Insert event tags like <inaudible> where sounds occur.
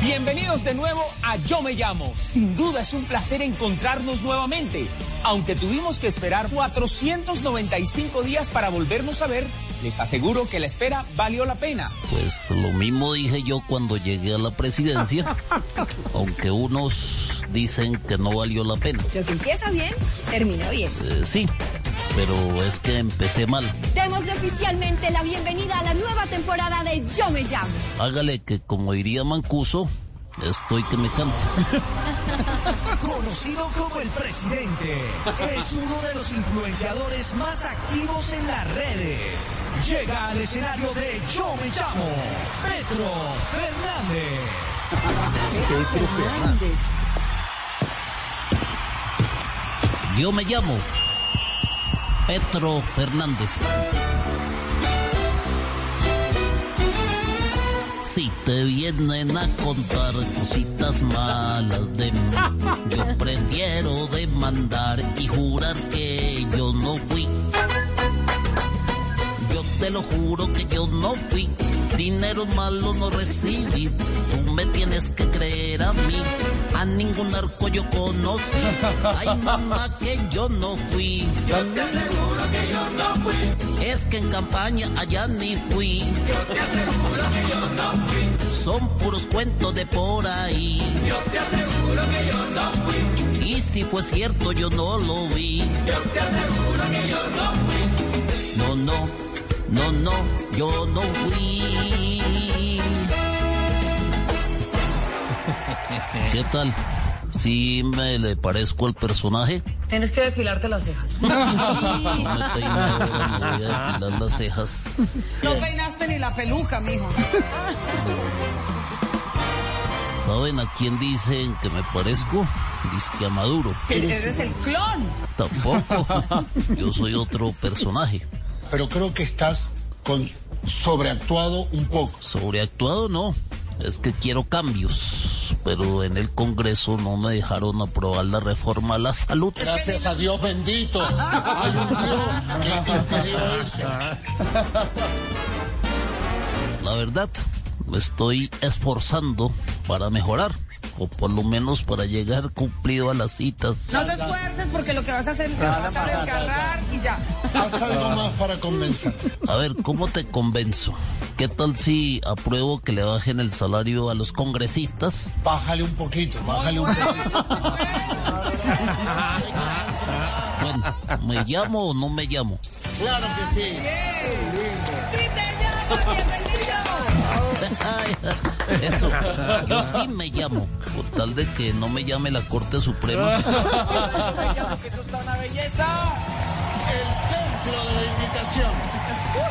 Bienvenidos de nuevo a Yo Me Llamo. Sin duda es un placer encontrarnos nuevamente. Aunque tuvimos que esperar 495 días para volvernos a ver, les aseguro que la espera valió la pena. Pues lo mismo dije yo cuando llegué a la presidencia, aunque unos dicen que no valió la pena. Lo que empieza bien, termina bien. Eh, sí, pero es que empecé mal. Démosle oficialmente la bienvenida a la nueva temporada de Yo Me Llamo. Hágale que, como diría Mancuso, estoy que me canto. Conocido como el presidente, es uno de los influenciadores más activos en las redes. Llega al escenario de Yo me llamo Petro Fernández. Pedro Fernández. Yo me llamo Petro Fernández. Si te vienen a contar cositas malas de mí, yo prefiero demandar y jurar que yo no fui. Yo te lo juro que yo no fui. Dinero malo no recibí. Tú me tienes que creer a mí. A ningún arco yo conocí. Ay, mamá, que yo no fui. Yo te aseguro que yo no fui. Es que en campaña allá ni fui. Yo te aseguro que yo no fui. Son puros cuentos de por ahí. Yo te aseguro que yo no fui. Y si fue cierto, yo no lo vi. Yo te aseguro que yo no fui. No, no, no, no, yo no fui. ¿Qué tal? ¿Sí me le parezco al personaje? Tienes que depilarte <laughs> las cejas. No me peino ahora, me voy a depilar las cejas. No peinaste ni la peluca, mijo. ¿Saben a quién dicen que me parezco? Dice que a Maduro. Eres el clon. Tampoco. Yo soy otro personaje. pero creo que estás con sobreactuado un poco. Sobreactuado no. Es que quiero cambios. Pero en el Congreso no me dejaron aprobar la reforma a la salud. Gracias a Dios bendito. Hay un Dios que concedió eso. La verdad, me estoy esforzando para mejorar. O por lo menos para llegar cumplido a las citas. No te esfuerces porque lo que vas a hacer es que te vas a desgarrar y ya. Haz algo más para convencer. A ver, ¿cómo te convenzo? ¿Qué tal si apruebo que le bajen el salario a los congresistas? Bájale un poquito, bájale un Bueno, poquito. bueno. Bueno, ¿me llamo o no me llamo? <laughs> <laughs> Claro que sí. Sí, te llamo, bienvenido. Ay, Eso, yo sí me llamo, por tal de que no me llame la Corte Suprema. Porque eso está una belleza. El templo de la invitación.